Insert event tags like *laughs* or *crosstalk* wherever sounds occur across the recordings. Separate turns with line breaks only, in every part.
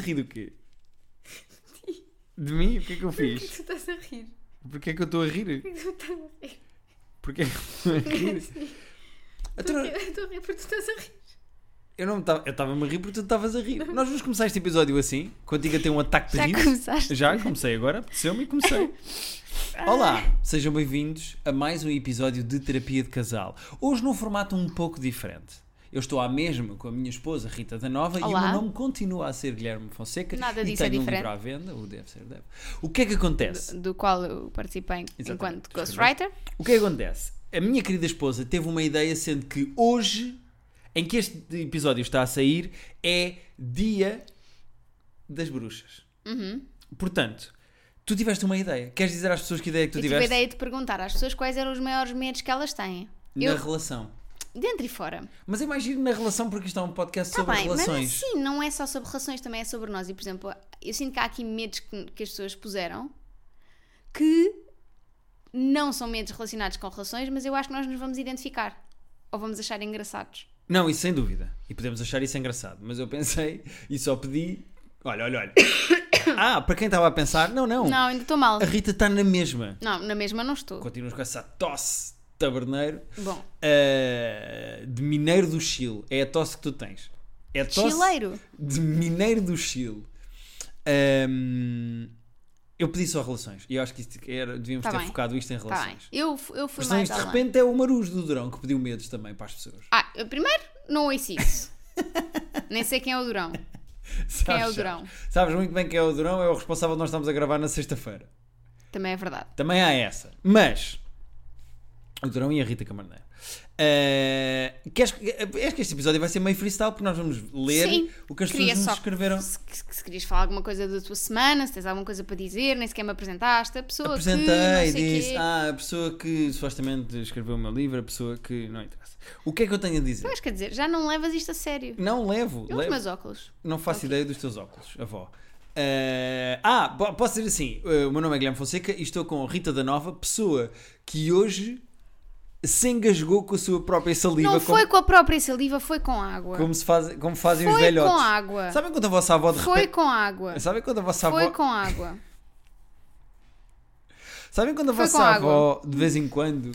rir do
*laughs*
quê? De mim? O que é que eu
Por que
fiz?
tu estás a rir?
Porquê é que eu estou a rir?
Por que tu estás a rir?
Porquê é que eu estou a rir?
Sim.
Então,
Porquê? Eu Estou a rir porque tu estás a rir.
eu não estava. Eu estava-me a rir porque tu estavas a rir. Nós vamos começar este episódio assim. Contigo a ter um ataque de
Já
riso.
começaste?
Já comecei agora, apeteceu-me e
*laughs*
comecei. Olá,
Ah.
sejam bem-vindos a mais um episódio de Terapia de Casal. Hoje num formato um pouco diferente. Eu estou à mesma com a minha esposa Rita da Nova e o
Olá.
meu nome continua a ser Guilherme Fonseca.
Nada
e
disso é
tenho um
diferente.
livro à venda, o Deve Ser Deve. O que é que acontece?
Do, do qual eu participei
Exatamente.
enquanto ghostwriter.
O que é que acontece? A minha querida esposa teve uma ideia, sendo que hoje, em que este episódio está a sair, é dia das bruxas.
Uhum.
Portanto, tu tiveste uma ideia. Queres dizer às pessoas que ideia é que tu
Eu tive a
tiveste
ideia de perguntar às pessoas quais eram os maiores medos que elas têm.
na
Eu,
relação?
dentro e fora.
Mas é mais giro na relação porque isto é um podcast
Tá
sobre
bem, mas
relações.
sim, não é só sobre relações, também é sobre nós. E, por exemplo, eu sinto que há aqui medos que, que as pessoas puseram que não são medos relacionados com relações, mas eu acho que nós nos vamos identificar ou vamos achar engraçados.
Não, isso sem dúvida. E podemos achar isso engraçado. Mas eu pensei e só pedi. Olha, olha, *coughs* olha. Ah, para quem estava a pensar, não, não.
Não, ainda estou mal.
A Rita está na mesma.
Não, na mesma não estou.
Continuas com essa tosse de taberneiro.
Bom,
Uh, de Mineiro do Chile. É a tosse que tu tens. É a tosse
chileiro.
de Mineiro do Chile. Um, eu pedi só relações. E eu acho que isto era, devíamos
Tá
ter
bem.
focado isto em
Tá bem.
relações.
Eu, fu- eu fui
Mas
mais tá
de
além.
repente é o Marujo do Durão que pediu medos também para as pessoas.
Ah, eu primeiro não ouço
*laughs*
isso. Nem sei quem é o Durão.
Sabes,
é o
sabes?
Durão?
Sabes muito bem quem é o Durão, é o responsável de nós estamos a gravar na sexta-feira.
Também é verdade.
Também há essa. Mas. O Durão e a Rita Camarneiro. Uh, queres, que- acho que este episódio vai ser meio freestyle porque nós vamos ler
Sim,
o que as
queria
pessoas nos
só-
escreveram.
Se, se- se querias falar alguma coisa da tua semana, se tens alguma coisa para dizer, nem sequer me apresentaste, a pessoa que
Apresentei
não
e
sei
disse:
quê.
Ah, a pessoa que supostamente escreveu o meu livro, a pessoa que. Não interessa. O que é que eu tenho a dizer?
Mas quer dizer, já não levas isto a sério.
Não levo.
Eu uso
levo.
meus óculos.
Não faço ideia dos teus óculos, avó. Eh, ah, bo- posso dizer assim: eh, o meu nome é Guilherme Fonseca e estou com Rita da Nova, pessoa que hoje se engasgou com a sua própria saliva.
não
como-
foi com a própria saliva, foi com água.
Como, se faz, como fazem os
Foi
velhotes.
com água.
Sabem quando a vossa avó de
Foi
repente.
com água.
Sabem quando a vossa
Foi
avó.
com água.
Sabem quando a
Foi
vossa
com
avó, de vez em quando,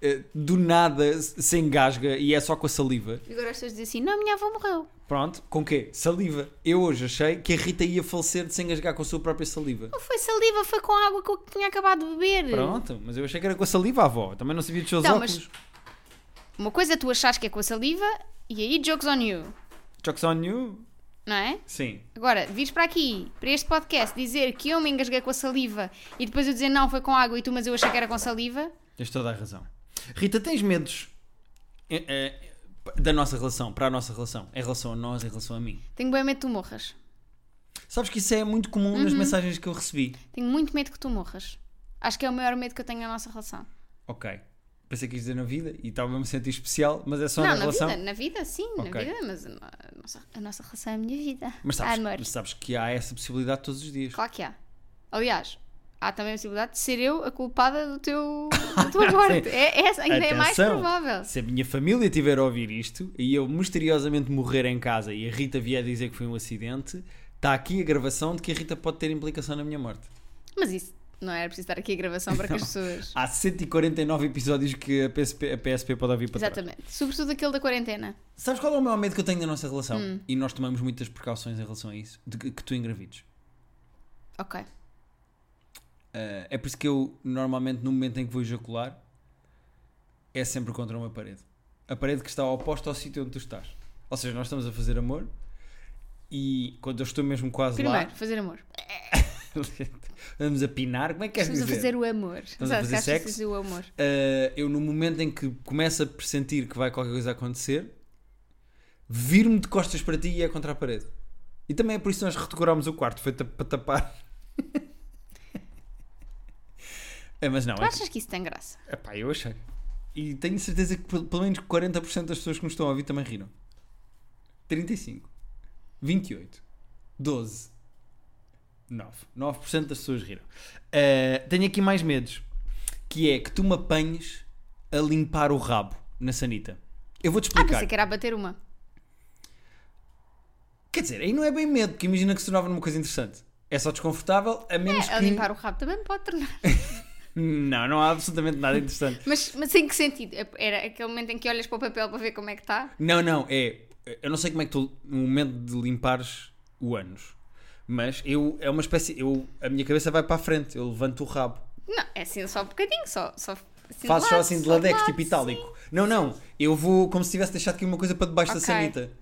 eh, do nada se se engasga e é só com a saliva?
E agora as pessoas dizem assim: não, a minha avó morreu.
Pronto, com quê? Saliva. Eu hoje achei que a Rita ia falecer de se engasgar com a sua própria saliva.
Não foi saliva, foi com água que eu tinha acabado de beber.
Pronto, mas eu achei que era com a saliva, avó. Também não sabia dos seus
Então, mas-
óculos.
Uma coisa tu achas que é com a saliva e aí jokes on you,
Jokes on you?
não é?
Sim.
Agora, vires para aqui, para este podcast, dizer que eu me engasguei com a saliva e depois eu dizer não, foi com água e tu, mas eu achei que era com saliva.
Tens toda a razão. Rita, tens medos eh, eh, da nossa relação, para a nossa relação, em relação a nós, em relação a mim?
Tenho bem medo que tu morras.
Sabes que isso é muito comum nas
Uhum.
mensagens que eu recebi.
Tenho muito medo que tu morras. Acho que é o maior medo que eu tenho na nossa relação.
Ok. Pensei que ias dizer na vida e estava-me a sentir especial, mas é só
não,
na
na
relação.
vida, na vida sim, na
Ok.
vida, mas a no- a nossa, a nossa relação é a minha vida.
Mas sabes,
Amor.
mas sabes que há essa possibilidade todos os dias.
Claro que há. Aliás, há também a possibilidade de ser eu a culpada do teu,
*laughs*
da tua morte. É, é, ainda é mais
Atenção,
provável.
Se a minha família tiver a ouvir isto e eu misteriosamente morrer em casa e a Rita vier dizer que foi um acidente, está aqui a gravação de que a Rita pode ter implicação na minha morte.
Mas isso não era preciso estar aqui a gravação para que as
*laughs*
pessoas.
Há 149 episódios que a PSP, a PSP pode ouvir para trás.
Exatamente. Sobretudo aquele da quarentena.
Sabes qual é o maior medo que eu tenho da nossa relação?
Hum.
E nós tomamos muitas precauções em relação a isso, de que, que tu engravides.
Ok.
Ah, é por isso que eu, normalmente, no momento em que vou ejacular, é sempre contra uma parede. A parede que está oposta ao sítio onde tu estás. Ou seja, nós estamos a fazer amor e quando eu estou mesmo quase
Primeiro, fazer amor.
lá, *laughs* vamos a pinar, como é que queres
Estamos a
dizer?
fazer o amor.
Estamos a
Sabe,
fazer
acho que
sexo?
isso é o amor.
Ah, eu, no momento em que começo a pressentir que vai qualquer coisa acontecer, viro-me de costas para ti e é contra a parede. E também é por isso que nós redecorámos o quarto, foi ta- para tapar. *laughs* Ah, Mas não,
Tu
é
achas que isso tem graça?
Epá, eu achei. E tenho certeza que pel- pelo menos 40% das pessoas que nos estão a ouvir também riram. 35. 28. 12. 9. 9% das pessoas riram. Ah, tenho aqui mais medos. Que é que tu me apanhes a limpar o rabo na sanita. Eu vou-te
Ah,
explicar.
pensei que era a bater uma.
Quer dizer, aí não é bem medo, porque imagina que se tornava numa coisa interessante. É só desconfortável, a menos
É, a
que.
limpar o rabo também pode tornar. *laughs*
Não, não há absolutamente nada interessante.
Mas, mas em que sentido? É, Era aquele momento em que olhas para o papel para ver como é que está?
Não, não, é. Eu não sei como é que tu. No momento de limpares o ânus. Mas eu. É uma espécie. Eu, a minha cabeça vai para a frente, eu levanto o rabo.
Não, é assim só um bocadinho, só. só assim de
Faço só
lado,
assim de
só
ladex,
lado,
tipo
sim.
itálico. Não, não, eu vou como se tivesse deixado aqui uma coisa para debaixo da
Ok.
sanita.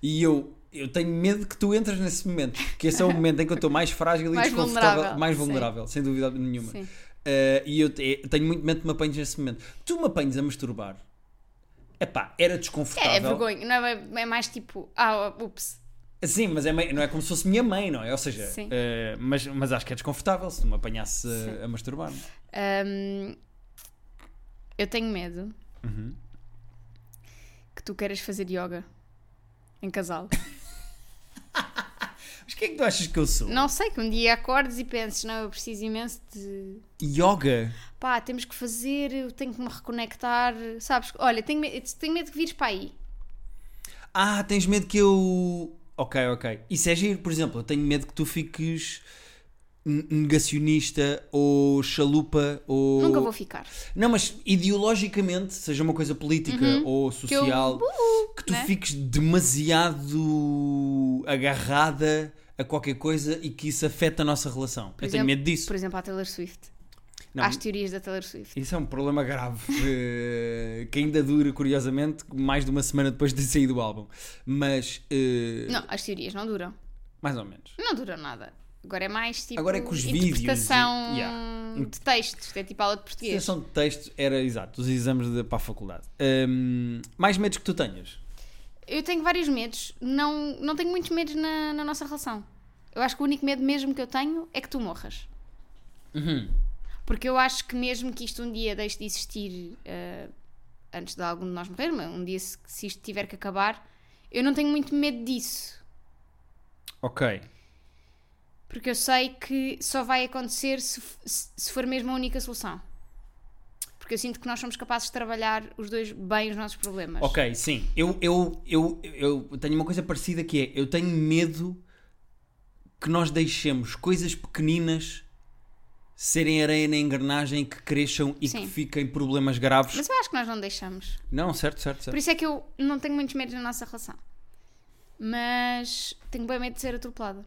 E eu. Eu tenho medo que tu entres nesse momento, que esse é o momento em que eu estou mais frágil e
*laughs* Mais
desconfortável,
vulnerável,
mais
sim.
vulnerável, sem dúvida nenhuma.
Sim.
Uh, e eu, te- eu tenho muito medo de me apanhos nesse momento. Tu me apanhas a masturbar. Epá, era desconfortável.
É, é vergonha, não é, bem- é mais tipo, ah, ups.
Sim, mas é meio- não é como se fosse minha mãe, não é? Ou seja,
Sim.
eh, mas, mas acho que é desconfortável se tu me apanhasse eh, a masturbar.
Hum, eu tenho medo
Uhum.
que tu queiras fazer yoga em casal.
Mas quem é que tu achas que eu sou?
não sei, que um dia acordes e penses, não, eu preciso imenso de.
Yoga?
Pá, temos que fazer, eu tenho que me reconectar, sabes? Olha, tenho, me- tenho medo que vires para aí.
Ah, tens medo que eu. Ok, ok. Isso é giro, por exemplo, eu tenho medo que tu fiques n- negacionista ou chalupa ou.
Nunca vou ficar.
Não, mas ideologicamente, seja uma coisa política
Uhum.
ou social, que, tu
né?
fiques demasiado agarrada a qualquer coisa e que isso afeta a nossa relação. eu tenho
exemplo-
medo disso.
Por exemplo, à Taylor Swift.
Não,
Às teorias da Taylor Swift.
Isso é um problema grave *laughs* eh, que ainda dura, curiosamente, mais de uma semana depois de sair do álbum. Mas, eh,
Não, as teorias não duram.
mais ou menos.
Não duram nada. Agora é mais tipo.
Agora é com os vídeos e-
interpretação
yeah.
de textos. É tipo aula de português.
Extensão de texto era exato, os exames de- para a faculdade. Ahm, mais medos que tu tenhas?
Eu tenho vários medos. Não, não tenho muitos medos na, na nossa relação. Eu acho que o único medo mesmo que eu tenho é que tu morras. Porque eu acho que mesmo que isto um dia deixe de existir eh, antes de algum de nós morrer, mas um dia se, se isto tiver que acabar, eu não tenho muito medo disso.
Ok.
Porque eu sei que só vai acontecer se, f- se se for mesmo a única solução. Porque eu sinto que nós somos capazes de trabalhar os dois bem os nossos problemas.
Ok, sim. Eu, eu, eu, eu tenho uma coisa parecida que é: eu tenho medo que nós deixemos coisas pequeninas serem areia na engrenagem que cresçam e
Sim.
que fiquem problemas graves.
Mas eu acho que nós não deixamos.
Não, certo, certo, certo.
Por isso é que eu não tenho muitos medos na nossa relação. Mas tenho bem medo de ser atropelada.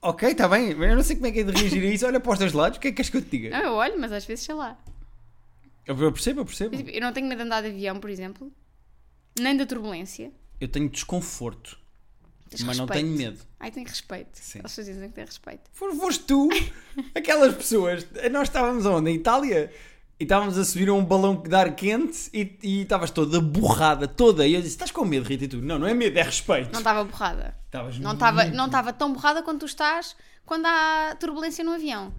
Ok, está bem. mas Eu não sei como é que é de reagir a isso. Olha para os dois lados, o que é que queres que eu te diga?
Não, eu olho, mas às vezes sei lá.
Eu eu percebo, eu percebo.
Mas, tipo, Eu não tenho medo de andar de avião, por exemplo. Nem da turbulência.
Eu tenho desconforto,
Tens
mas não
respeito.
tenho medo.
Ai, tenho respeito.
Sim.
As pessoas dizem que têm respeito.
For- Foste tu, aquelas pessoas. Nós estávamos onde? Em Itália? E estávamos a subir a um balão de ar quente e, e estavas toda borrada, toda. E eu disse: Estás com medo, Rita? E tu: Não, não é medo, é respeito.
Não estava borrada.
Estavas
Não
muito-
estava não estava tão borrada quanto tu estás quando há turbulência no avião.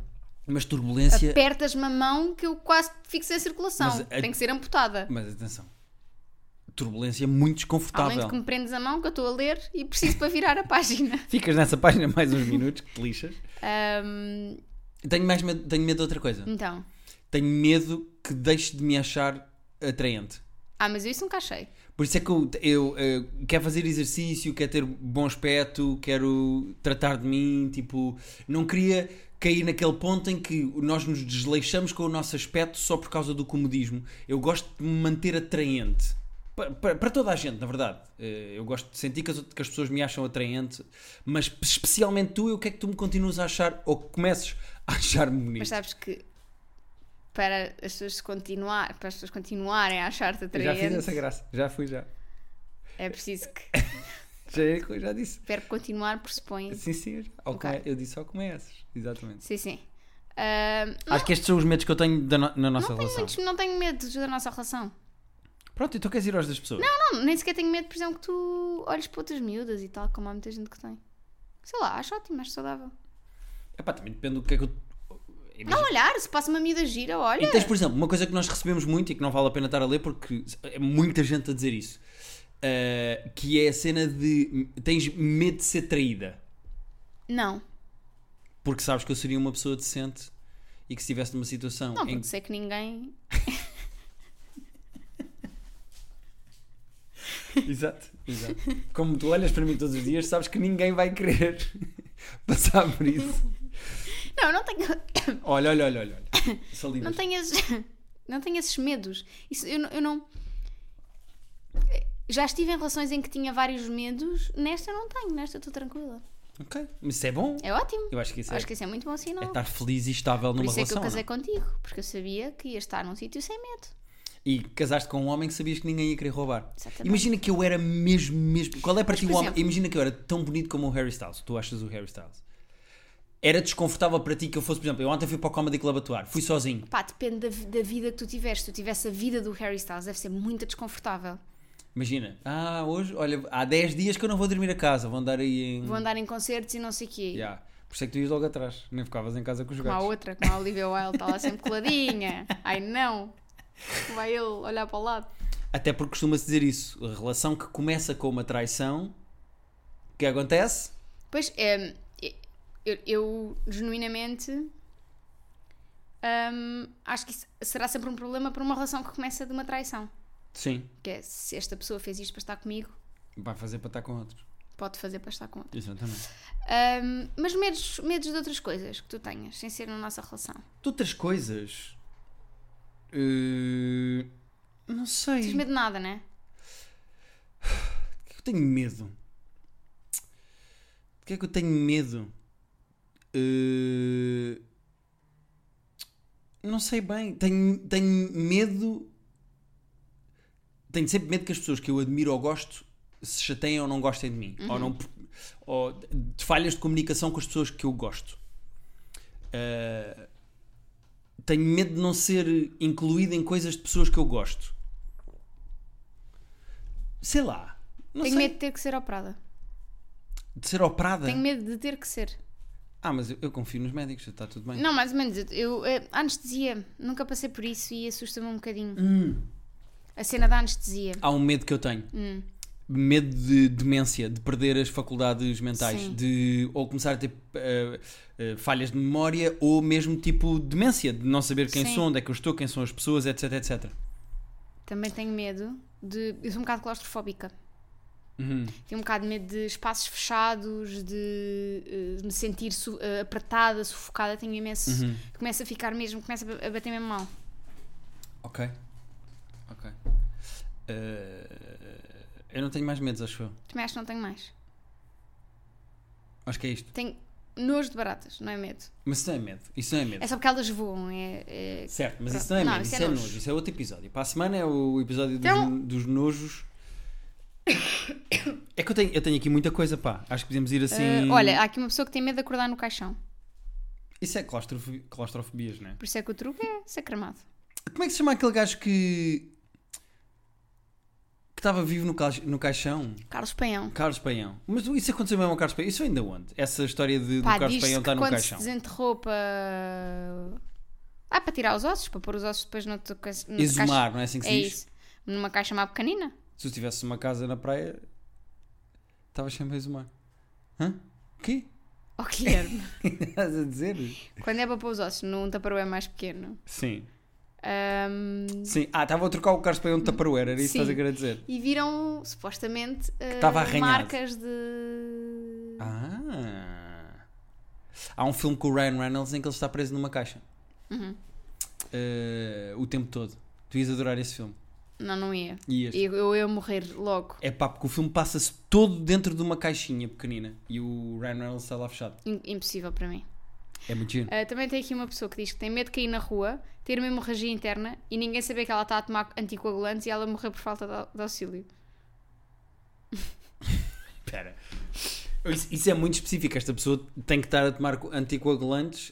Mas turbulência.
Apertas-me a mão que eu quase fico sem circulação.
É. Mas eh, a-
Tem que ser amputada.
Mas atenção, turbulência muito
Além de
desconfortável.
que me prendes a mão que eu estou a ler e preciso para virar a página. *laughs*
Ficas nessa página mais uns minutos, que te lixas.
Ahm,
Tenho, mais medo, tenho medo de outra coisa.
então.
Tenho medo que deixe de me achar atraente.
Ah, mas eu isso nunca achei.
Por isso é que eu, eu, eh, quero fazer exercício, quero ter bom aspecto, quero tratar de mim, tipo, não queria cair naquele ponto em que nós nos desleixamos com o nosso aspecto só por causa do comodismo. Eu gosto de me manter atraente. Pa- pa- Para toda a gente, na verdade. Eh, Eu gosto de sentir que as, que as pessoas me acham atraente, mas especialmente tu, eu quero que tu me continues a achar, ou que comeces a *laughs* achar-me bonito.
Mas sabes que para as pessoas continuar, para as pessoas continuarem a achar-te
Eu já fiz
atraente,
essa graça, já fui, já.
é preciso
*laughs*
que
Já, já disse.
para continuar pressupõe.
Sim, sim, já. Ao
Ok.
come- eu disse só começas, exatamente.
Sim, sim. Ahm,
Acho que estes são os medos que eu tenho da no- na nossa
não, tenho
relação.
muitos, não tenho medo da nossa relação.
Pronto, então queres ir aos das pessoas? Não.
Não, nem sequer tenho medo, por exemplo, que tu olhes para outras miúdas e tal, como há muita gente que tem. Sei lá, acho ótimo, acho saudável.
Epá, também depende do que é que eu.
Não olhar, se passa uma miúda gira, olha.
E tens, por exemplo, uma coisa que nós recebemos muito e que não vale a pena estar a ler porque é muita gente a dizer isso. eh, que é a cena de tens medo de ser traída Então,
Não,
porque sabes que eu seria uma
*laughs*
pessoa decente e que se estivesse numa situação
não,
em
porque sei que ninguém.
Exato, *laughs* exato. Como tu olhas para mim todos os dias, sabes que ninguém vai querer *laughs* passar por isso.
Não, não tenho,
Olha, olha, olha, olha. olha.
*coughs*
é
não
Salinas.
tenho esses, *laughs* não tenho esses medos. Isso, eu, não- eu não. Já estive em relações em que tinha vários medos, nesta eu não tenho, nesta eu estou tranquila.
Ok, mas isso é bom.
É ótimo.
Eu acho que isso é,
Acho que isso é muito bom sinal.
é estar feliz e estável
Por
numa
isso é que eu
relação.
casei
não?
contigo, porque eu sabia que ia estar num sítio sem medo.
E casaste com um homem que sabias que ninguém ia querer roubar.
Exatamente.
Imagina que eu era mesmo, mesmo. Qual é para
Mas,
ti o
por
homem?
exemplo-
Imagina que eu era tão bonito como o Harry Styles. Tu achas o Harry Styles? Era desconfortável para ti que eu fosse, por exemplo, eu ontem fui para o Comedy Club atuar, fui sozinho.
Pá, depende da, vi- da vida que tu tiveres. Se tu tivesse a vida do Harry Styles, deve ser muito desconfortável.
Imagina, ah, hoje, olha, há 10 dias que eu não vou dormir a casa, vão andar aí em.
Vou andar em concertos e não sei o quê.
Hum. Yeah. Por isso é que tu ias logo atrás, nem ficavas em casa com os
Como a
gatos.
outra, como a Olivia Wilde, está lá sempre coladinha.
*laughs*
Ai não! Vai ele olhar para o lado.
Até porque costuma-se dizer isso, a relação que começa com uma traição, o que acontece?
Pois, é, eu, eu, genuinamente hum, acho que isso será sempre um problema para uma relação que começa de uma traição.
Sim,
Que é, se esta pessoa fez isto para estar comigo,
vai fazer para estar com outros.
pode fazer para estar com outra.
Exatamente.
Hum, mas medos, medos de outras coisas que tu tenhas, sem ser na nossa relação.
De outras coisas. eh, não sei.
Tens medo de nada, né?
que é que eu tenho medo? De que é que eu tenho medo? Eh, Não sei bem. Tenho, tenho medo. Tenho sempre medo que as pessoas que eu admiro ou gosto se chateiem ou não gostem de mim.
Uhum.
Ou, não, ou de falhas de comunicação com as pessoas que eu gosto. Eh, tenho medo de não ser incluído em coisas de pessoas que eu gosto. Sei lá. Não
Tenho
sei.
medo de ter que ser operada.
De ser operada?
Tenho medo de ter que ser.
Ah, mas eu, eu confio nos médicos, está tudo bem.
Não, mais ou menos. Eu, eu, eh, anestesia, nunca passei por isso e assusta-me um bocadinho.
Hum.
A cena da anestesia.
Há um medo que eu tenho.
Hum.
Medo de demência, de perder as faculdades mentais,
Sim.
de ou começar a ter eh, eh, falhas de memória ou mesmo tipo demência, de não saber quem
Sim.
sou, onde é que eu estou, quem são as pessoas, etc, etc.
Também tenho medo de. Eu sou um bocado claustrofóbica.
Uhum.
Tenho um bocado de medo de espaços fechados, de, eh, de me sentir su- eh, apertada, sufocada. Tenho imenso.
Uhum.
Começa a ficar mesmo, começa a bater mesmo mal.
Ok. Ok. Eh, eu não tenho mais medos, acho eu.
Também acho que não tenho mais.
Acho que é isto.
Tenho nojo de baratas, não é medo.
Mas isso não é medo. Isso não é medo.
É só porque elas voam. É, é-
Certo, mas
Pronto.
isso não é
Não,
medo,
isso
isso,
é
é, nojo.
nojo.
isso é outro episódio. Para a semana é o episódio dos,
Então-
dos nojos. É que eu tenho, eu tenho aqui muita coisa, pá. Acho que podemos ir assim.
Eh, olha, há aqui uma pessoa que tem medo de acordar no caixão.
Isso é claustrof- claustrofobias, não é?
Por isso é que o truque é ser cremado.
Como é que se chama aquele gajo que. que estava vivo no, cais- no caixão?
Carlos Paião.
Carlos Paião. Mas isso aconteceu mesmo ao Carlos Paião. Isso ainda onde? Essa história de, do
Pá,
Carlos
diz-se
Paião
que
estar no
quando se
caixão.
desenterrou para... Ah, para tirar os ossos, para pôr os ossos depois noutra caixa...
Exumar, não é assim que se
É
diz?
isso. Numa caixa mais
*laughs*
pequenina.
Se tu tivesse uma casa na praia, estavas sempre a exumar. Hã? O quê? *laughs*
Oh, Guilherme.
Estás a dizer?
quando é para pôr os ossos num taparoé mais pequeno.
Sim.
Ahm,
Sim, ah, estava a trocar o Carlos para um Tupperware, era isso que
Sim.
estás a querer dizer.
E viram, supostamente, eh,
estava arranhado.
marcas de...
Ah. Há um filme com o Ryan Reynolds em que ele está preso numa caixa.
Uhum.
Eh, o tempo todo. Tu ias adorar esse filme.
Não, não ia.
Ias.
Eu, eu ia morrer logo.
É pá, porque o filme passa-se todo dentro de uma caixinha pequenina e o Ryan Reynolds está lá fechado.
Im- Impossível para mim.
É muito giro.
Uh, também tem aqui uma pessoa que diz que tem medo de cair na rua, ter uma hemorragia interna e ninguém saber que ela está a tomar anticoagulantes e ela morrer por falta de, au- de auxílio.
Espera. Isso, isso é muito específico. Esta pessoa tem que estar a tomar co- anticoagulantes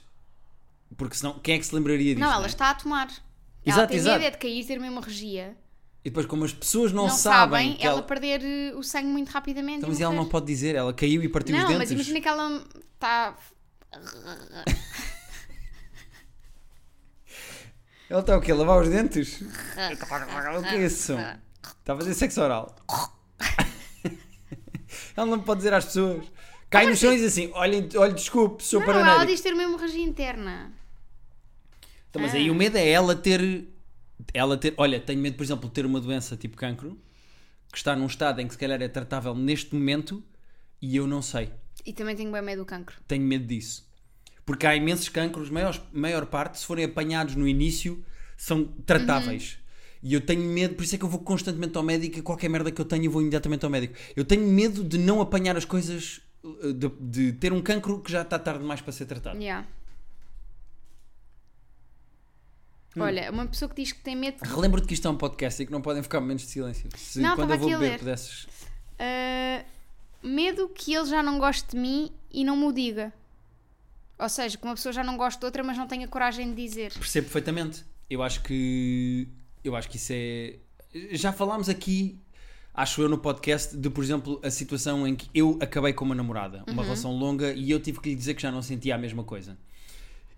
porque senão quem é que se lembraria disso?
não, ela
né?
está a tomar. ela
Exato,
tem
exato.
medo é de cair, ter uma hemorragia.
E depois, como as pessoas não,
Não,
sabem,
sabem,
que
ela,
ela-
perder uh, o sangue muito rapidamente.
Então,
e
mas ela não
morrer.
pode dizer, ela caiu e partiu os
Não,
dentes.
mas imagina que ela tá- está.
Ela está o quê? A lavar os dentes?
Ah,
o que é esse som? Está a fazer sexo oral. *laughs* ela não pode dizer às pessoas. Cai no chão e diz assim: olhem, olha, desculpe, sou
Não, ela
paranoico.
diz ter uma hemorragia interna.
Então, mas
Ah.
aí o medo é ela ter. Ela ter. Olha, tenho medo, por exemplo, de ter uma doença tipo cancro que está num estado em que se calhar é tratável neste momento e eu não sei.
E também tenho bem medo do cancro.
Tenho medo disso. Porque há imensos cancros, maior, maior parte, se forem apanhados no início, são tratáveis.
Uhum.
E eu tenho medo, por isso é que eu vou constantemente ao médico e qualquer merda que eu tenho eu vou imediatamente ao médico. Eu tenho medo de não apanhar as coisas, uh, de, de ter um cancro que já está tarde demais para ser tratado.
Yeah.
Hum.
Olha, uma pessoa que diz que tem medo.
Relembro-te que isto é um podcast e que não podem ficar momentos de silêncio. Se
Não,
quando
estava
eu vou
aqui a
beber
ler.
pudesses.
Ah, medo que ele já não goste de mim e não me o diga. Ou seja, que uma pessoa já não gosta de outra, mas não tenha coragem de dizer.
Percebo perfeitamente. Eu acho que. Eu acho que isso é. Já falámos aqui, acho eu, no podcast, de, por exemplo, a situação em que eu acabei com uma namorada, uma relação longa, e eu tive que lhe dizer que já não sentia a mesma coisa.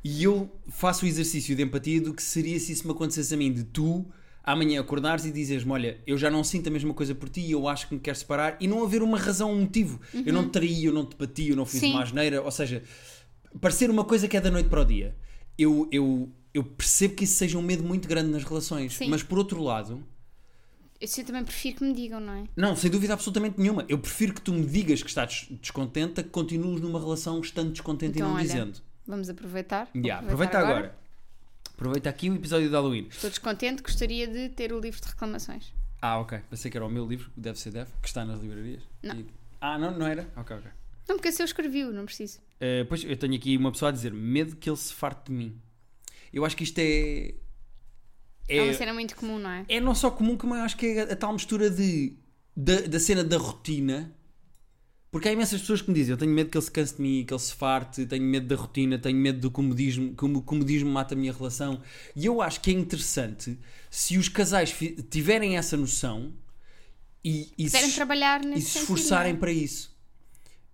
E eu faço o exercício de empatia do que seria se isso me acontecesse a mim, de tu amanhã acordares e dizeres-me: Olha, eu já não sinto a mesma coisa por ti, eu acho que me queres separar, e não haver uma razão, um motivo. Eu não te traí, eu não te bati, eu não fiz
Uhum. Sim.
uma asneira, ou seja, parecer uma coisa que é da noite para o dia. Eu, eu, eu percebo que isso seja um medo muito grande nas relações,
Sim.
mas por outro lado,
Eu sim, também prefiro que me digam, não é?
não, sem dúvida absolutamente nenhuma. Eu prefiro que tu me digas que estás descontente a que continues numa relação estando descontente
Então,
e não
olha,
dizendo.
Vamos aproveitar. Vou
Yeah, aproveita agora. Aproveita aqui o episódio de Halloween.
Estou descontente, gostaria de ter o livro de reclamações.
Ah, ok. Pensei que era o meu livro, o deve ser deve, que está nas livrarias.
Não.
E- Ah, não, não era? Ok, ok.
Não, porque se eu escrevi-o, não preciso.
Eh, pois eu tenho aqui uma pessoa a dizer medo que ele se farte de mim. Eu acho que isto é.
É, uma cena muito comum, não é?
é não só comum, como eu acho que é a, a tal mistura de, da, da cena da rotina. Porque há imensas pessoas que me dizem: Eu tenho medo que ele se canse de mim, que ele se farte, tenho medo da rotina, tenho medo do comodismo, como o comodismo mata a minha relação. E eu acho que é interessante se os casais fi- tiverem essa noção e, e
Querem
se-
trabalhar nesse
e se
sentido,
esforçarem
não é?
para isso.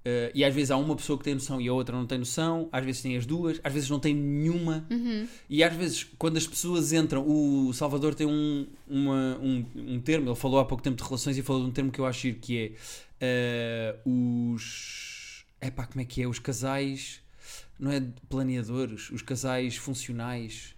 Eh, e às vezes há uma pessoa que tem noção e a outra não tem noção, às vezes tem as duas, às vezes não tem nenhuma. E às vezes, quando as pessoas entram, o Salvador tem um, uma- um, um termo, ele falou há pouco tempo de relações e falou de um termo que eu acho giro, que é eh, os. Epá, como é que é? Os casais. Não é de planeadores, os casais funcionais.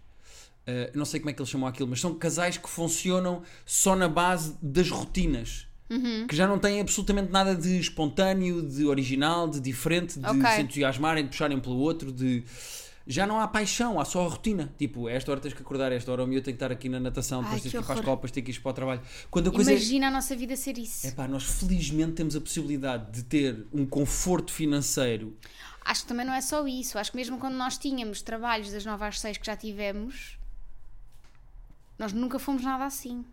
Eh, não sei como é que eles chamam aquilo, mas são casais que funcionam só na base das rotinas
Uhum.
que já não têm absolutamente nada de espontâneo, de original, de diferente, de
Ok.
se entusiasmarem, de puxarem um pelo outro, de. Já não há paixão, há só a rotina. Tipo, a esta hora tens que acordar, a esta hora o meu tem que estar aqui na natação,
Ai,
depois tens
que
que ir para as
horror.
copas, tens que ir para o trabalho. Quando a coisa é-
Imagina a nossa vida ser isso.
é. pá, nós felizmente temos a possibilidade de ter um conforto financeiro.
Acho que também não é só isso. Acho que mesmo quando nós tínhamos trabalhos das 9 às 6 que já tivemos, nós nunca fomos nada assim.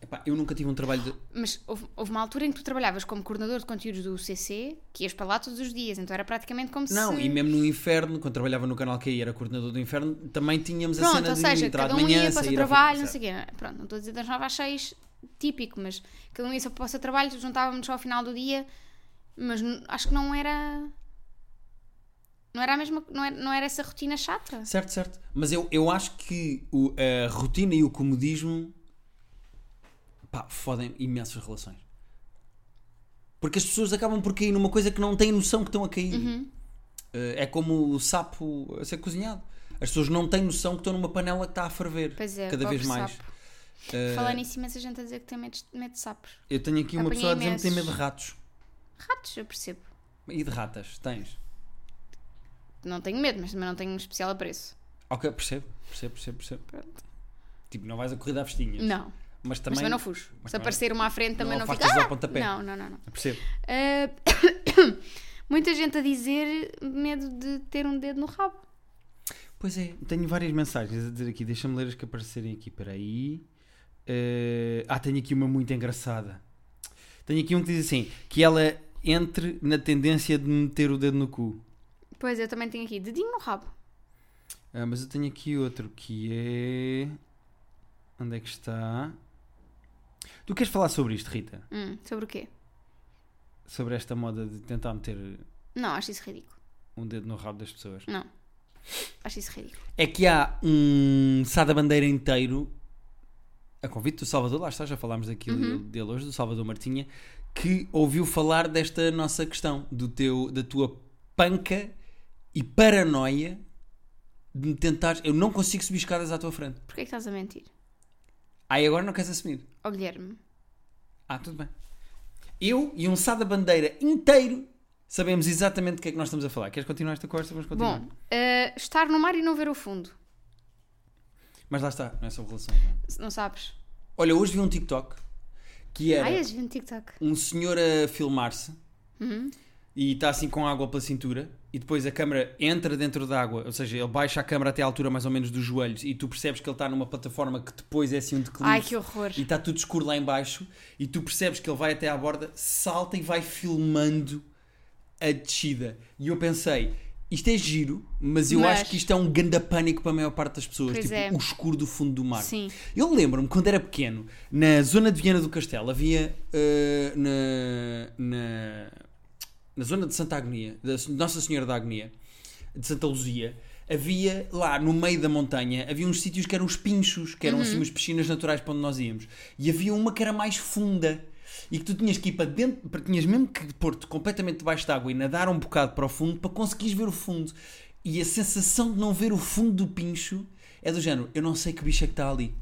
Epá, eu nunca tive um trabalho de.
Mas houve, houve uma altura em que tu trabalhavas como coordenador de conteúdos do CC, que ias para lá todos os dias, então era praticamente como
Não,
se.
e mesmo no inferno, quando trabalhava no canal QI e era coordenador do inferno, também tínhamos a
Pronto,
cena
ou
de
seja,
entrar
cada
de
um
manhã,
ia para o seu
sair ao fim-
trabalho, não
Certo.
sei o quê. Pronto, não estou a dizer das 9 às 6, típico, mas cada um ia só para o seu trabalho, juntávamos só ao final do dia, mas n- acho que não era. Não era a mesma. Não era, não era essa rotina chata.
Certo, certo. Mas eu, eu acho que o- a rotina e o comodismo pá, fodem imensas relações. Porque as pessoas acabam por cair numa coisa que não têm noção que estão a cair.
Uhum.
Eh, é como o sapo a ser cozinhado. As pessoas não têm noção que estão numa panela que está a ferver
Pois é,
cada vez
pobre
mais.
sapo.
Eh,
Falando nisso, imensa gente a dizer que tem medo de, medo de sapos.
eu tenho aqui uma
apanhei
pessoa a dizer que tem
imensos.
medo de ratos.
Ratos, eu percebo.
E de ratas, tens.
Não tenho medo, mas também não tenho um especial apreço.
Ok, percebo, percebo, percebo, percebo.
Pronto.
Tipo, não vais a correr à festinha.
Não,
Mas
mas
também.
também não fujo.
mas
Se
também-
aparecer uma à frente, também
não
não, fico.
facas ao
"Ah!"
pontapé.
Não, não, não. não.
Percebo.
Ah, *coughs* muita gente a dizer medo de ter um dedo no rabo.
Pois é, tenho várias mensagens a dizer aqui. Deixa-me ler as que aparecerem aqui. Espera aí. Eh, ah, tenho aqui uma muito engraçada. Tenho aqui um que diz assim: que ela entre na tendência de meter o dedo no cu.
Pois, eu também tenho aqui, dedinho no rabo.
Ah, mas eu tenho aqui outro que é. Onde é que está? Tu queres falar sobre isto, Rita?
Hum, sobre o quê?
Sobre esta moda de tentar meter
Não, acho isso ridículo.
um dedo no rabo das pessoas?
Não. Acho isso ridículo.
É que há um Sada Bandeira inteiro, a convite do Salvador, lá está, já falámos daquilo
Uhum.
dele hoje, do Salvador Martinha, que ouviu falar desta nossa questão, do teu, da tua panca e paranoia de me tentar. Eu não consigo subir escadas à tua frente.
Porquê é que estás a mentir?
Aí agora não queres assumir.
Ó Guilherme,
Ah, tudo bem. Eu e um Sá da Bandeira inteiro sabemos exatamente do que é que nós estamos a falar. Queres continuar esta conversa? Vamos continuar.
Bom, eh, estar no mar e não ver o fundo.
Mas lá está, não é sobre relações. Não. é?
Não sabes?
Olha, hoje vi um TikTok que era
Ai, és um TikTok.
um senhor a filmar-se
Uhum.
e está assim com água pela cintura e depois a câmera entra dentro da água, ou seja, ele baixa a câmera até à altura mais ou menos dos joelhos e tu percebes que ele está numa plataforma que depois é assim um declive
Ai, que horror.
e está tudo escuro lá em baixo e tu percebes que ele vai até à borda, salta e vai filmando a descida. E eu pensei, isto é giro, mas eu
Mas-
acho que isto é um ganda pânico para a maior parte das pessoas,
Pois
tipo
é.
o escuro do fundo do mar.
Sim.
Eu lembro-me quando era pequeno, na zona de Viana do Castelo, havia eh, na, na, na zona de Santa Agonia, da Nossa Senhora da Agonia, de Santa Luzia, havia lá no meio da montanha, havia uns sítios que eram os pinchos, que eram assim umas piscinas naturais para onde nós íamos, e havia uma que era mais funda. E que tu tinhas que ir para dentro, para- tinhas mesmo que pôr-te completamente debaixo de água e nadar um bocado para o fundo para conseguires ver o fundo. E a sensação de não ver o fundo do pincho é do género, eu não sei que bicho é que está ali.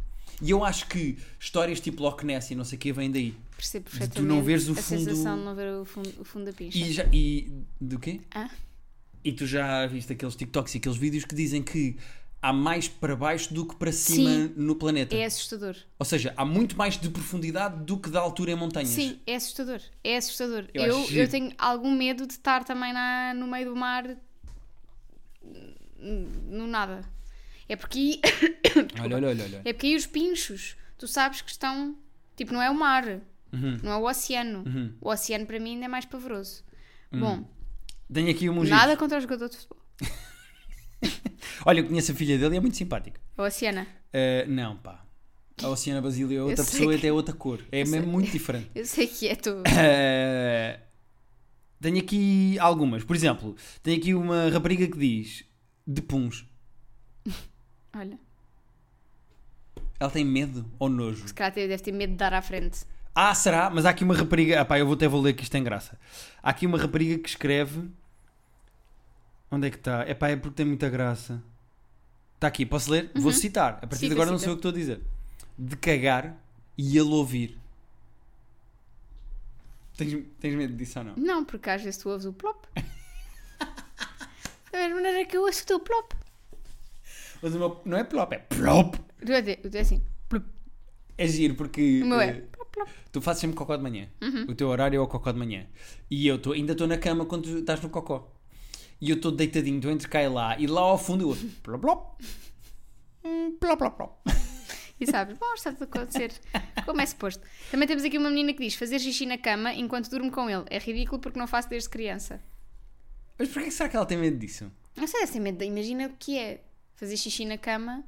E eu acho que histórias tipo Loch Ness e não sei o que vêm daí.
Percebo
de
perfeitamente.
tu não veres o
a
fundo-
sensação de não ver o fundo, o fundo da pincha.
E, já, e do quê?
Hã?
E tu já viste aqueles TikToks e aqueles vídeos que dizem que há mais para baixo do que para cima
Sim.
no planeta.
É assustador.
Ou seja, há muito mais de profundidade do que da altura em montanhas.
Sim, é assustador. É assustador.
Eu
Eu, eu,
acho giro.
tenho algum medo de estar também na, no meio do mar n- no nada. É porque
Olha, olha, olha, olha.
é porque aí os pinchos, tu sabes que estão. Tipo, não é o mar, não é o oceano. O oceano para mim ainda é mais pavoroso. Bom,
Tenho aqui um mungito.
nada contra o jogador de futebol.
Olha, eu conheço a filha dele e é muito simpática.
A oceana.
Uh, não, pá. A Oceana Basílio é outra
sei
pessoa e
que-
até é outra cor. É mesmo muito diferente.
Eu sei que é tu.
Eh, tenho aqui algumas. Por exemplo, tenho aqui uma rapariga que diz de puns.
Olha,
Ela tem medo ou nojo?
se calhar te- deve ter medo de dar à frente.
Ah, será? Mas há aqui uma rapariga. Ah, pá, eu vou até vou ler que isto tem graça. Há aqui uma rapariga que escreve. Onde é que está? É pá, é porque tem muita graça. Está aqui, posso ler? Vou citar. A partir
Uhum. Cita,
de agora não
cita.
sei o que estou a dizer. De cagar e ele ouvir. Tens, tens medo disso ou não?
Não, porque às vezes tu ouves o plop. da mesma maneira que eu ouço o teu plop.
Mas o meu não é plop, é plop.
O teu é de- o teu é assim.
É giro porque.
O meu é.
eh,
plop, plop.
Tu fazes sempre cocó de manhã.
Uhum.
O teu horário é o cocó de manhã. E eu tô, ainda estou na cama quando tu estás no cocó. E eu estou deitadinho, tu entre cá e lá. E lá ao fundo eu ouço plop plop. Hum, Plop plop plop.
E sabes, bom, está tudo a acontecer. Como é suposto. Também temos aqui uma menina que diz: fazer xixi na cama enquanto durmo com ele. É ridículo porque não faço desde criança.
Mas porquê que será que ela tem medo disso?
Não sei, assim, medo. imagina o que é fazer xixi na cama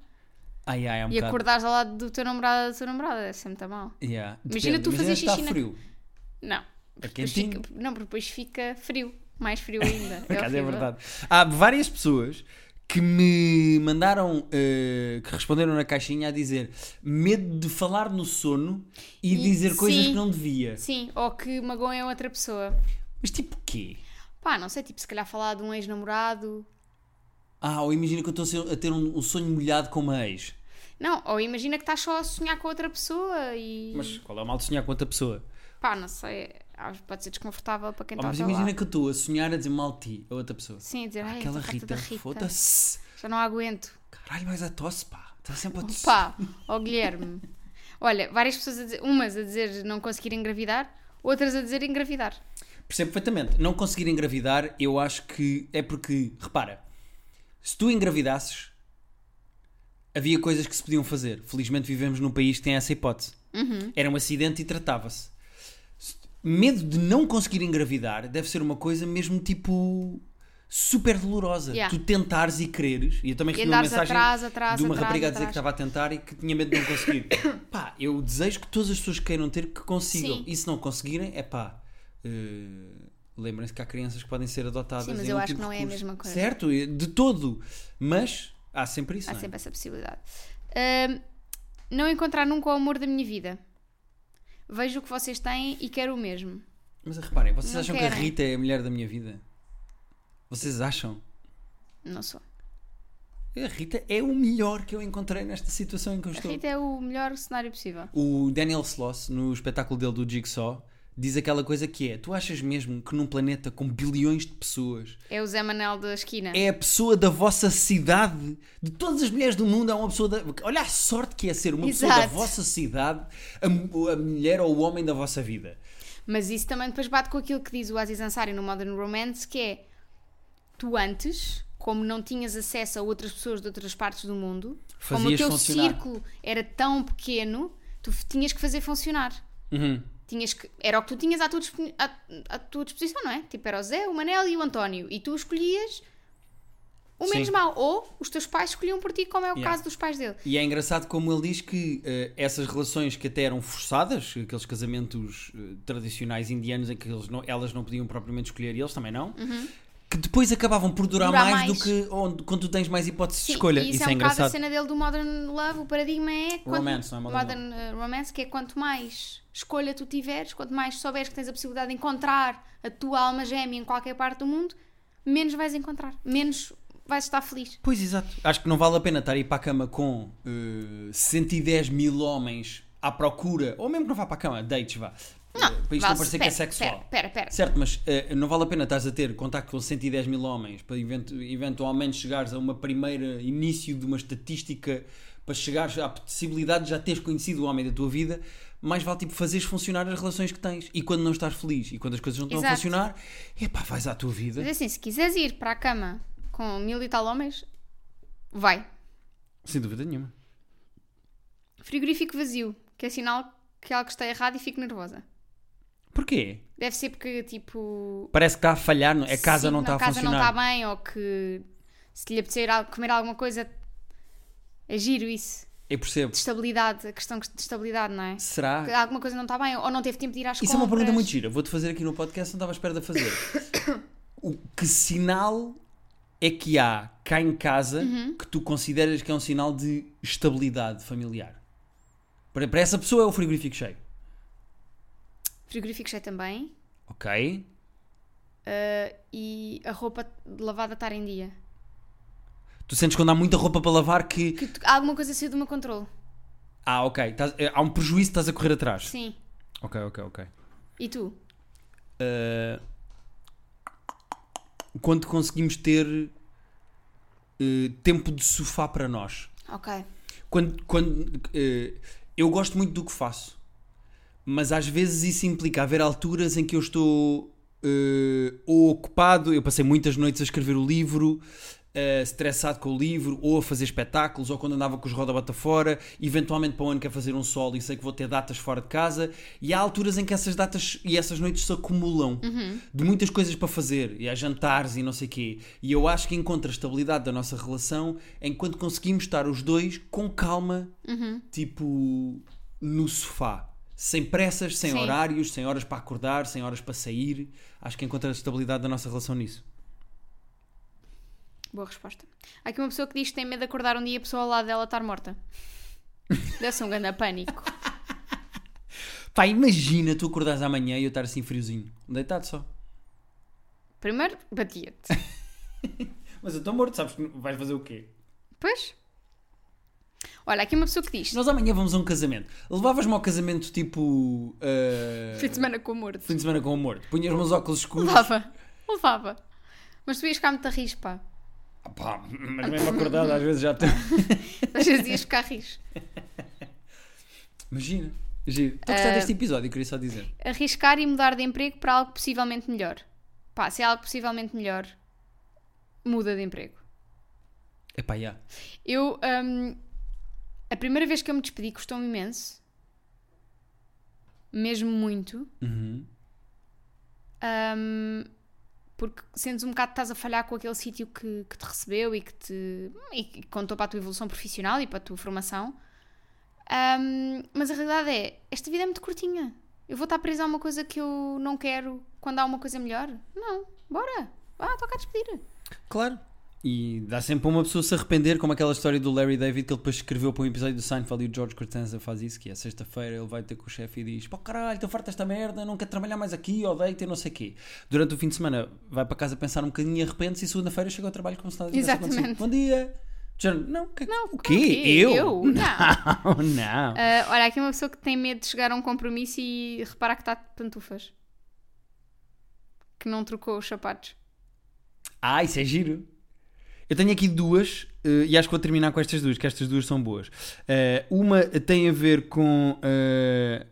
Ai ai, é um
e
bocado.
acordares ao lado do teu namorado ou da tua namorada. É sempre tão mal.
Yeah.
Imagina
Depende,
tu fazer
se está
xixi na-
frio.
Não.
É
Depois fica-
quentinho.
não, porque depois fica frio. Mais
*laughs*
frio ainda.
Por acaso é,
horrível.
verdade. Há várias pessoas que me mandaram, eh, que responderam na caixinha a dizer medo de falar no sono e,
E-
dizer coisas
sim.
que não devia.
Sim, ou que magoem outra pessoa.
Mas tipo quê?
Pá, não sei, tipo, se calhar falar de um ex-namorado.
Ah, ou imagina que eu estou a ser- a ter um, um sonho molhado com uma ex.
Não, ou imagina que estás só a sonhar com outra pessoa e.
Mas qual é o mal de sonhar com outra pessoa?
Pá, não sei. às- Pode ser desconfortável para quem tá
Ah,
está a
mas imagina que eu estou a sonhar a dizer mal de ti a outra pessoa.
Sim, dizer, ai,
Aquela
esta rata
Rita,
da tá Rita.
foda-se.
Já não aguento.
Caralho, mas a tosse, pá. Está sempre a tossir.
Pá, ó Guilherme. Olha, várias pessoas a dizer, umas a dizer não conseguir engravidar, outras a dizer engravidar.
Percebo perfeitamente. Não conseguir engravidar, eu acho que é porque, repara, se tu engravidasses, havia coisas que se podiam fazer. Felizmente vivemos num país que tem essa hipótese.
Uhum.
Era um acidente e tratava-se. Se- Medo de não conseguir engravidar deve ser uma coisa mesmo tipo super dolorosa.
Yeah.
Tu tentares e quereres. E eu também
E
recebi uma
andares
mensagem
atrás, atrás,
de uma
atrás,
rapariga a dizer que
atrás.
estava a tentar e que tinha medo de não
*coughs*
conseguir. pá, eu desejo que todas as pessoas que queiram ter que consigam.
Sim.
E se não conseguirem, é pá. eh, Lembrem-se que há crianças que podem ser adotadas.
Sim, mas
em um
eu acho
último
que não é a
recurso.
mesma coisa.
Certo, de todo. Mas há sempre isso.
Há
não é?
sempre essa possibilidade. Ahm, não encontrar nunca o amor da minha vida. Vejo o que vocês têm e quero o mesmo.
Mas reparem, vocês
Não
acham que a
querem.
Rita é a mulher da minha vida? Vocês acham?
Não sou.
A Rita é o melhor que eu encontrei nesta situação em que eu
A
estou.
Rita é o melhor cenário possível.
O Daniel Sloss, no espetáculo dele do Jigsaw, diz aquela coisa que é: tu achas mesmo que num planeta com bilhões de pessoas
É o Zé Manel da esquina.
é a pessoa da vossa cidade, de todas as mulheres do mundo, é uma pessoa da. Olha a sorte que é ser uma pessoa
Exato.
da vossa cidade, a, mu- a mulher ou o homem da vossa vida.
Mas isso também depois bate com aquilo que diz o Aziz Ansari no Modern Romance, que é tu antes, como não tinhas acesso a outras pessoas de outras partes do mundo, como o
Fazias
teu
funcionar.
círculo era tão pequeno, tu f- tinhas que fazer funcionar. Tinhas que, era o que tu tinhas à tua, dispo- à- à tua disposição, não é? Tipo, era o Zé, o Manel e o António. E tu escolhias o menos
Sim.
mau. Ou os teus pais escolhiam por ti, como é o
Yeah.
caso dos pais dele.
E é engraçado como ele diz que eh, essas relações que até eram forçadas, aqueles casamentos eh, tradicionais indianos em que eles não- elas não podiam propriamente escolher e eles também não, que depois acabavam por durar,
Uhum. Durar
mais,
mais.
do que onde- quando tu tens mais hipóteses de
Sim,
escolha.
e
Isso,
isso é, um bocado a
engraçado.
cena dele do Modern Love. O paradigma é. quanto-
Romance, não é Modern
eh, Romance, que é quanto mais escolha tu tiveres, quanto mais souberes que tens a possibilidade de encontrar a tua alma gêmea em qualquer parte do mundo, menos vais encontrar. Menos vais estar feliz.
Pois, exato. Acho que não vale a pena estar a ir para a cama com eh, 110 mil homens à procura, ou mesmo que não vá para a cama, dates vá. Eh, para isto não
vale-
parecer que é
pera,
sexual.
Pera, pera, pera.
Certo, mas eh, não vale a pena estás a ter contacto com 110 mil homens para eventu- eventualmente chegares a uma primeira início de uma estatística para chegares à possibilidade de já teres conhecido o homem da tua vida, mais vale tipo fazeres funcionar as relações que tens e quando não estás feliz e quando as coisas não estão a
Exato.
funcionar, epá, vais à tua
Mas
vida.
assim, se quiseres ir para a cama com mil e tal homens, vai.
Sem dúvida nenhuma.
Frigorífico vazio, que é sinal que algo está errado e fico nervosa.
Porquê?
Deve ser porque, tipo,
Parece que está a falhar, não- é? a casa
Sim,
não está a
casa não
funcionar.
está bem ou que se lhe apetecer al- comer alguma coisa é giro isso.
Eu percebo.
De estabilidade, a questão de estabilidade, não é?
Será
Que alguma coisa não está bem ou não teve tempo de ir às
Isso
compras.
é uma pergunta muito gira. Vou-te fazer aqui no podcast, não estava à espera de a fazer. o que sinal é que há cá em casa
Uhum.
que tu consideras que é um sinal de estabilidade familiar? Para, para essa pessoa é o frigorífico cheio.
Frigorífico cheio é também
Ok.
ah, e a roupa de lavada estar em dia.
Tu sentes quando há muita roupa para lavar que.
Que tu- alguma coisa saiu do meu controle.
Ah, ok. estás- eh, há um prejuízo que estás a correr atrás.
Sim.
Ok, ok, ok.
E tu?
Quando conseguimos ter eh, tempo de sofá para nós.
Ok.
quando, quando eh, eu gosto muito do que faço, mas às vezes isso implica haver alturas em que eu estou eh, ou ocupado, eu passei muitas noites a escrever o livro, eh, estressado com o livro, ou a fazer espetáculos, ou quando andava com os roda-bota fora, eventualmente para o ano quero fazer um solo e sei que vou ter datas fora de casa, e há alturas em que essas datas e essas noites se acumulam de muitas coisas para fazer, e há jantares e não sei quê, e eu acho que encontra a estabilidade da nossa relação enquanto conseguimos estar os dois com calma, tipo no sofá. Sem pressas, sem
Sim.
horários, sem horas para acordar, sem horas para sair. Acho que encontra a estabilidade da nossa relação nisso.
Boa resposta. Há aqui uma pessoa que diz que tem medo de acordar um dia e a pessoa ao lado dela estar
*laughs*
morta. Deve ser um grande pânico.
Pá, imagina tu acordares amanhã e eu estar assim friozinho, deitado só.
Primeiro, batia-te.
Mas eu estou morto, sabes que vais fazer o quê?
Pois. Olha, aqui uma pessoa que diz:
Nós amanhã vamos a um casamento. Levavas-me ao casamento tipo. ah,
Fim de semana com o morto.
fim de semana com o morto. Punhas-me uns óculos escuros.
Levava. Levava. Mas tu ias ficar muito a rir, pá.
Ah, pá, mas mesmo acordado às vezes *laughs* já estou.
Às vezes ias ficar a rir.
Imagina. Giro. Estou a gostar
Ah.
deste episódio, queria só dizer.
Arriscar e mudar de emprego para algo possivelmente melhor. Pá, se é algo possivelmente melhor, muda de emprego.
Epá, já.
Eu, hum, a primeira vez que eu me despedi, custou-me imenso. Mesmo muito.
Uhum.
Hum, porque sentes um bocado que estás a falhar com aquele sítio que, que te recebeu e que te e que contou para a tua evolução profissional e para a tua formação. Hum, mas a realidade é, esta vida é muito curtinha. Eu vou estar presa a uma coisa que eu não quero quando há uma coisa melhor? Não, bora, vá, toca a despedir.
Claro. E dá sempre para uma pessoa se arrepender, como aquela história do Larry David que ele depois escreveu para um episódio do Seinfeld e o George Costanza faz isso, que é sexta-feira ele vai ter com o chefe e diz pá caralho, estou farto desta merda, não quero trabalhar mais aqui, odeio-te e não sei o quê. Durante o fim de semana vai para casa pensar um bocadinho e arrepende-se e segunda-feira chega ao trabalho como se nada tivesse
Exatamente.
acontecido. Bom dia! Já, não, o que,
Não,
o
como
quê?
quê?
Eu? *laughs*
Eu?
Não, não.
Ah, olha, aqui uma pessoa que tem medo de chegar a um compromisso e reparar que está de pantufas. Que não trocou os sapatos.
Ah, isso é giro. Eu tenho aqui duas eh, e acho que vou terminar com estas duas, que estas duas são boas. Eh, uma tem a ver com eh,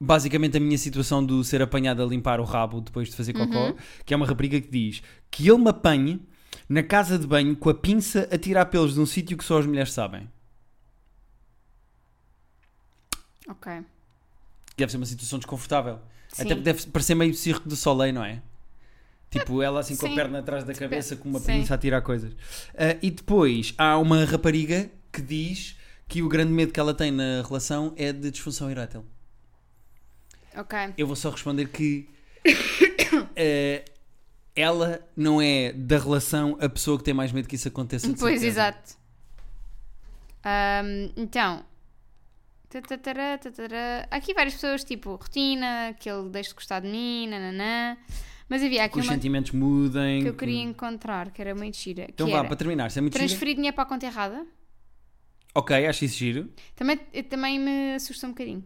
basicamente a minha situação do ser apanhado a limpar o rabo depois de fazer cocó, que é uma rapariga que diz que ele me apanhe na casa de banho com a pinça a tirar pelos de um sítio que só as mulheres sabem.
Ok.
Deve ser uma situação desconfortável.
Sim.
Até deve parecer meio circo do soleil, não é?
*laughs*
Tipo, ela assim com a
Sim. Tipo,
perna atrás da cabeça, com uma
Sim.
pinça a tirar coisas. Ah, e depois há uma rapariga que diz que o grande medo que ela tem na relação é de disfunção erétil.
Ok.
Eu vou só responder que *coughs* eh, ela não é da relação a pessoa que tem mais medo que isso aconteça. de
Pois,
certeza.
exato. Ahm, então. Tatatara, tatatara. Há Aqui várias pessoas, tipo, rotina, que ele deixa de gostar de mim, nananã. Mas havia
Que
aqui
os
uma que
sentimentos mudem.
eu
que-
queria encontrar, que era muito gira.
Então
que
vá,
era
para terminar, isso é muito giro.
transferir dinheiro para a conta errada.
Ok, acho isso giro.
Também, eh, também me assusta um bocadinho.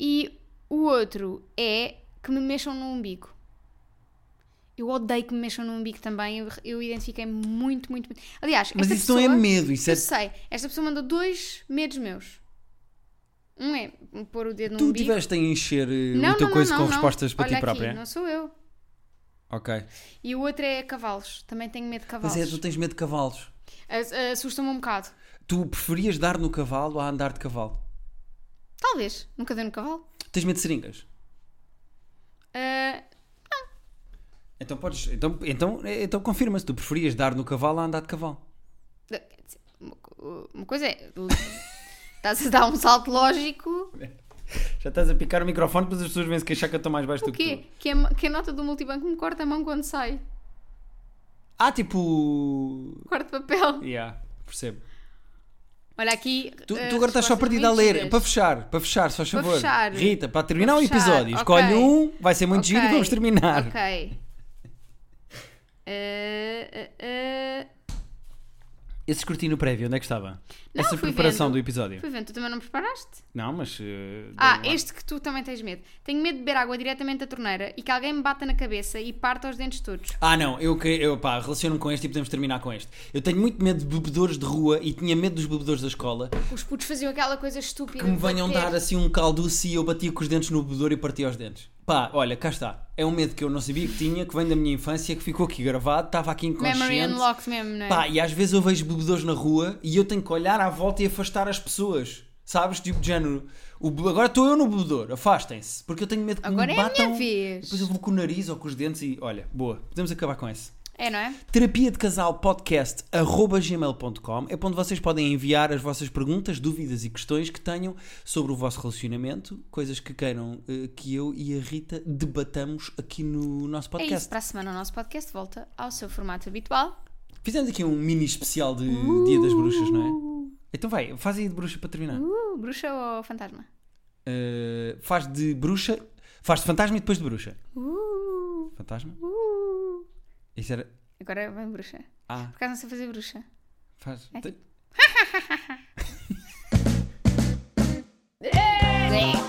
E o outro é que me mexam no umbigo. Eu odeio que me mexam no umbigo também. Eu, eu identifiquei muito, muito, muito. Aliás,
Mas
esta
isso
pessoa,
não é medo, isso é
Eu sei. Esta pessoa mandou dois medos meus. Um é pôr o dedo no
Tu
umbigo.
tiveste a encher eh,
Não,
o teu
não,
coisa
não,
com
não.
respostas para
Olha
ti
aqui,
própria.
Não sou eu.
Ok.
E o outro é cavalos. Também tenho medo de
Mas
cavalos.
é, tu tens medo de cavalos.
Ass- Assusta-me um bocado.
Tu preferias dar no cavalo a andar de cavalo?
Talvez. Nunca dei no cavalo.
Tens medo de seringas?
Ah,
Então podes. Então, então, então confirma-se, tu preferias dar no cavalo a andar de cavalo.
Quer dizer, Uma co- uma coisa é. *laughs* Estás a dar um salto lógico.
É Já estás a picar o microfone, depois as pessoas vêm se queixar que eu estou mais baixo
O quê? Que a, que a nota do multibanco me corta a mão quando sai.
Ah, tipo.
Corta papel.
Yeah, percebo.
Olha aqui.
Tu,
eh,
tu agora estás só
respostas
perdida a
muito
ler.
giras.
Para fechar, para fechar, só
Para
favor.
fechar.
Rita, para terminar
Para
o
fechar,
episódio, escolhe
ok.
um, vai ser muito
Ok,
giro e vamos terminar.
Ok. Eh, eh, eh,
Esse escrutínio prévio, onde é que estava?
Não,
Essa
fui
preparação
vendo.
do episódio.
fui vendo, tu também não preparaste?
Não, mas. eh,
Ah,
dei lá.
este que tu também tens medo. Tenho medo de beber água diretamente da torneira e que alguém me bata na cabeça e parta os dentes todos.
Ah, não, eu, que- eu pá, relaciono-me com este e podemos terminar com este. Eu tenho muito medo de bebedores de rua e tinha medo dos bebedores da escola
Os putos faziam aquela coisa estúpida.
que me
de
venham
bater.
dar assim um calduço e eu batia com os dentes no bebedor e partia os dentes. Pá, olha, cá está. É um medo que eu não sabia que tinha, que vem da minha infância, que ficou aqui gravado, estava aqui
Memory
inconsciente.
unlocked mesmo, não é?
Pá, e às vezes eu vejo bebedores na rua e eu tenho que olhar à volta e afastar as pessoas. Sabes? Tipo de género. O be- agora estou eu no bebedor, afastem-se, porque eu tenho medo que
Agora
me
é a minha
batam.
vez.
Depois eu vou com o nariz ou com os dentes e olha, boa, podemos acabar com esse.
É, não é?
terapia de casal podcast arroba gmail.com é para onde vocês podem enviar as vossas perguntas, dúvidas e questões que tenham sobre o vosso relacionamento, coisas que queiram eh, que eu e a Rita debatamos aqui no nosso
É isso.
podcast.
Para a semana o nosso podcast volta ao seu formato habitual.
Fizemos aqui um mini especial de Dia das Bruxas, não é? Então vai, faz aí de bruxa para terminar.
Uh, bruxa ou fantasma?
Eh, faz de bruxa, faz de fantasma e depois de bruxa.
Uh,
Fantasma?
uh.
Isso era.
Agora vem bruxa.
Ah,
Por acaso não sei fazer bruxa.
faz.
É.